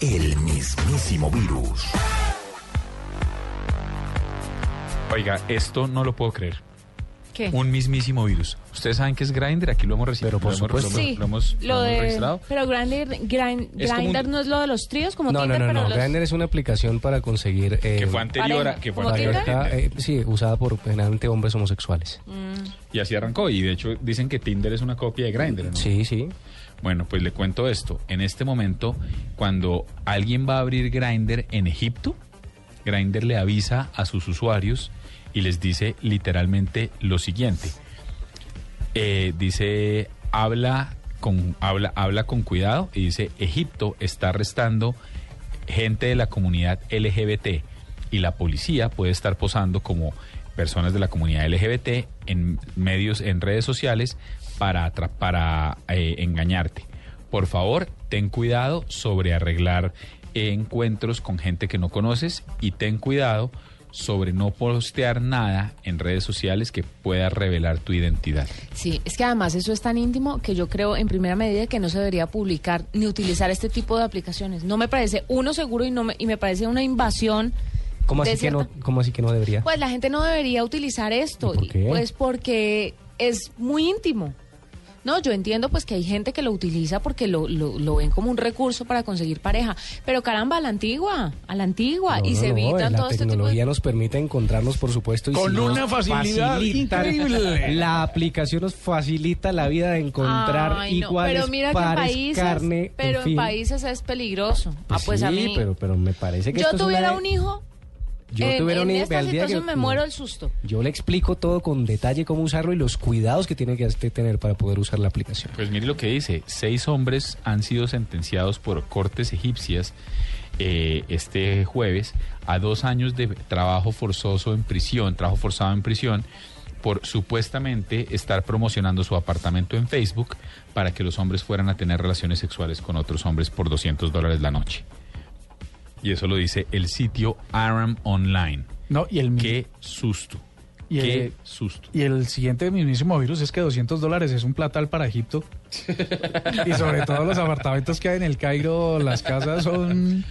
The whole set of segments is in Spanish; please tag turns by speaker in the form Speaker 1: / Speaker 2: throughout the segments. Speaker 1: El mismísimo virus.
Speaker 2: Oiga, esto no lo puedo creer.
Speaker 3: ¿Qué?
Speaker 2: Un mismísimo virus. Ustedes saben que es Grindr, aquí lo hemos recibido. Pero por supuesto. Lo,
Speaker 3: Sí.
Speaker 2: hemos, lo
Speaker 3: Lo
Speaker 2: hemos
Speaker 3: de-
Speaker 2: registrado.
Speaker 3: Pero Grindr, Grind-
Speaker 2: Es como un-
Speaker 3: Grindr no es lo de los tríos como
Speaker 4: No, no,
Speaker 3: Tinder,
Speaker 4: no,
Speaker 3: pero
Speaker 4: no.
Speaker 3: los-
Speaker 4: Grindr es una aplicación para conseguir. eh,
Speaker 2: Que fue anterior a,
Speaker 3: Pareja.
Speaker 2: que fue
Speaker 3: ¿Como
Speaker 2: anterior a
Speaker 3: Tinder? Mm.
Speaker 4: pareja,
Speaker 2: Tinder.
Speaker 4: eh, sí, usada por generalmente hombres homosexuales.
Speaker 2: Y así arrancó. Y de hecho dicen que Tinder es una copia de Grindr. ¿no?
Speaker 4: Sí, sí.
Speaker 2: Bueno, pues le cuento esto. En este momento, cuando alguien va a abrir Grindr en Egipto, Grindr le avisa a sus usuarios y les dice literalmente lo siguiente. Eh, dice, habla con, habla, habla con cuidado y dice, Egipto está arrestando gente de la comunidad LGBT y la policía puede estar posando como personas de la comunidad LGBT en medios, en redes sociales para, atra- para eh, engañarte. Por favor, ten cuidado sobre arreglar eh, encuentros con gente que no conoces y ten cuidado sobre no postear nada en redes sociales que pueda revelar tu identidad.
Speaker 3: Sí, es que además eso es tan íntimo que yo creo en primera medida que no se debería publicar ni utilizar este tipo de aplicaciones. No me parece uno seguro y no me, y me parece una invasión.
Speaker 4: ¿Cómo
Speaker 3: de
Speaker 4: así, que no,
Speaker 3: cierta-
Speaker 4: ¿Cómo así que no debería?
Speaker 3: Pues la gente no debería utilizar esto,
Speaker 4: ¿Y por
Speaker 3: y-
Speaker 4: qué?
Speaker 3: pues porque es muy íntimo. No, yo entiendo pues que hay gente que lo utiliza porque lo, lo- lo ven como un recurso para conseguir pareja, pero caramba, a la antigua, a la antigua,
Speaker 4: No,
Speaker 3: y
Speaker 4: no,
Speaker 3: se
Speaker 4: no,
Speaker 3: evitan
Speaker 4: la
Speaker 3: todo este tipo
Speaker 4: tecnología
Speaker 3: de...
Speaker 4: nos permite encontrarnos, por supuesto. Y
Speaker 2: Con
Speaker 4: si
Speaker 2: una
Speaker 4: nos
Speaker 2: facilidad
Speaker 4: facilita-
Speaker 2: increíble.
Speaker 4: La aplicación nos facilita la vida de encontrar
Speaker 3: Ay, no,
Speaker 4: iguales
Speaker 3: pero mira
Speaker 4: pares,
Speaker 3: que en países,
Speaker 4: carne,
Speaker 3: pero en,
Speaker 4: fin.
Speaker 3: países es peligroso. ah, pues
Speaker 4: sí,
Speaker 3: a mí,
Speaker 4: pero, pero me parece que
Speaker 3: yo
Speaker 4: esto es una
Speaker 3: tuviera
Speaker 4: de-
Speaker 3: un hijo,
Speaker 4: Yo
Speaker 3: en,
Speaker 4: tuviera
Speaker 3: en
Speaker 4: un hijo,
Speaker 3: esta
Speaker 4: al día que-
Speaker 3: situación me
Speaker 4: no.
Speaker 3: muero del susto.
Speaker 4: Yo le explico todo con detalle cómo usarlo y los cuidados que tiene que usted tener para poder usar la aplicación.
Speaker 2: Pues mire lo que dice, seis hombres han sido sentenciados por cortes egipcias eh, este jueves a dos años de trabajo forzoso en prisión, trabajo forzado en prisión, por supuestamente estar promocionando su apartamento en Facebook para que los hombres fueran a tener relaciones sexuales con otros hombres por 200 dólares la noche. Y eso lo dice el sitio Aram Online.
Speaker 5: No, y el, mi-
Speaker 2: Qué susto.
Speaker 5: Y
Speaker 2: Qué
Speaker 5: el-
Speaker 2: susto.
Speaker 5: y el siguiente mismísimo virus es que 200 dólares es un platal para Egipto. y sobre todo los apartamentos que hay en el Cairo, las casas son...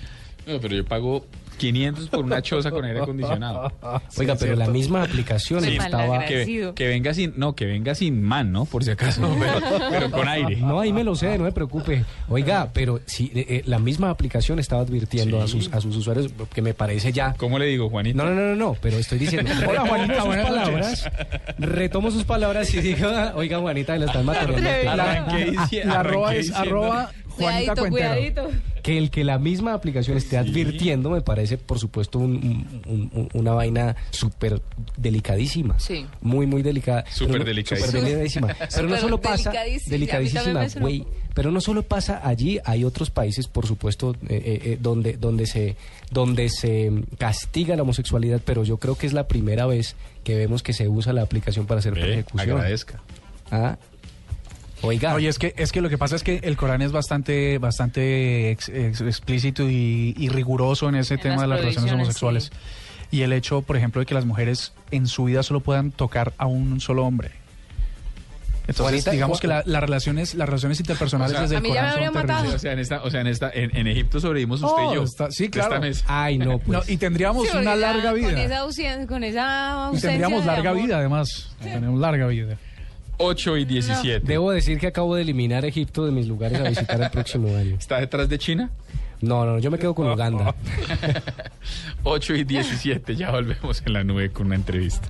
Speaker 2: No, pero yo pago 500 por una choza con aire acondicionado.
Speaker 4: Oiga, pero
Speaker 5: cierto.
Speaker 4: la misma aplicación
Speaker 3: Sí,
Speaker 4: estaba...
Speaker 3: malagra-
Speaker 2: Que,
Speaker 3: Agradecido.
Speaker 2: que venga sin, no, que venga sin man, ¿no? Por si acaso, pero, pero con aire.
Speaker 4: No, ahí me lo sé, no me preocupe. Oiga, pero sí, eh, eh, la misma aplicación estaba advirtiendo a, sus, a sus usuarios, que me parece ya...
Speaker 2: ¿Cómo le digo, Juanito?
Speaker 4: No, no, no, no, no, pero estoy diciendo...
Speaker 5: Hola, Juanita,
Speaker 4: retomo sus
Speaker 5: buenas
Speaker 4: palabras,
Speaker 5: noches.
Speaker 4: retomo sus palabras y digo, "Ah, oiga, Juanita, la están manteniendo.
Speaker 2: Arranqué dici-
Speaker 5: La arroba
Speaker 2: arranqué
Speaker 5: es
Speaker 2: diciendo-
Speaker 5: arroba Juanita
Speaker 3: Cuidadito,
Speaker 5: Cuentero.
Speaker 3: cuidadito.
Speaker 4: Que el que la misma aplicación esté advirtiendo me parece, por supuesto, un- un- un- una vaina súper delicadísima.
Speaker 3: Sí.
Speaker 4: Muy, muy delicada.
Speaker 2: Súper
Speaker 4: Pero no-
Speaker 2: delicadísima.
Speaker 4: súper delicadísima. Pero no
Speaker 3: Súper
Speaker 4: solo pasa...
Speaker 3: delicadísima. A mí también
Speaker 4: Delicadísima,
Speaker 3: me suena.
Speaker 4: güey. Pero no solo pasa allí, hay otros países, por supuesto, eh, eh, eh, donde, donde, se, donde se castiga la homosexualidad, pero yo creo que es la primera vez que vemos que se usa la aplicación para hacer
Speaker 2: Ve,
Speaker 4: persecución.
Speaker 2: agradezca.
Speaker 4: Ah. Oiga,
Speaker 5: No, y es que, es que lo que pasa es que el Corán es bastante, bastante ex- ex- explícito y, y riguroso en ese
Speaker 3: En
Speaker 5: tema
Speaker 3: las
Speaker 5: de las relaciones
Speaker 3: prohibiciones,
Speaker 5: homosexuales. Y el hecho, por ejemplo, de que las mujeres en su vida solo puedan tocar a un solo hombre. Entonces,
Speaker 4: Juanita,
Speaker 5: digamos
Speaker 4: Ju-
Speaker 5: que la- las relaciones, las relaciones interpersonales
Speaker 2: O sea,
Speaker 5: desde
Speaker 3: a
Speaker 5: el
Speaker 3: mí ya me
Speaker 5: Corán son
Speaker 3: habrían
Speaker 5: terribles.
Speaker 3: matado.
Speaker 2: O sea, en esta, o sea, en esta, en, en Egipto sobrevivimos usted
Speaker 5: Oh,
Speaker 2: y yo.
Speaker 5: está- sí,
Speaker 2: Esta
Speaker 5: claro.
Speaker 2: mesa.
Speaker 4: ay no, pues.
Speaker 5: No, y tendríamos
Speaker 3: Sí, porque
Speaker 5: una
Speaker 3: ya
Speaker 5: larga
Speaker 3: Con
Speaker 5: vida.
Speaker 3: esa ausencia, con esa
Speaker 5: Y
Speaker 3: ausencia
Speaker 5: tendríamos
Speaker 3: de
Speaker 5: larga
Speaker 3: amor.
Speaker 5: vida, además. Tenemos larga vida.
Speaker 2: 8 y 17.
Speaker 4: Debo decir que acabo de eliminar Egipto de mis lugares a visitar el próximo año.
Speaker 2: ¿Está detrás de China?
Speaker 4: No, no, yo me quedo con Uganda.
Speaker 2: 8 y 17, ya volvemos en la nube con una entrevista.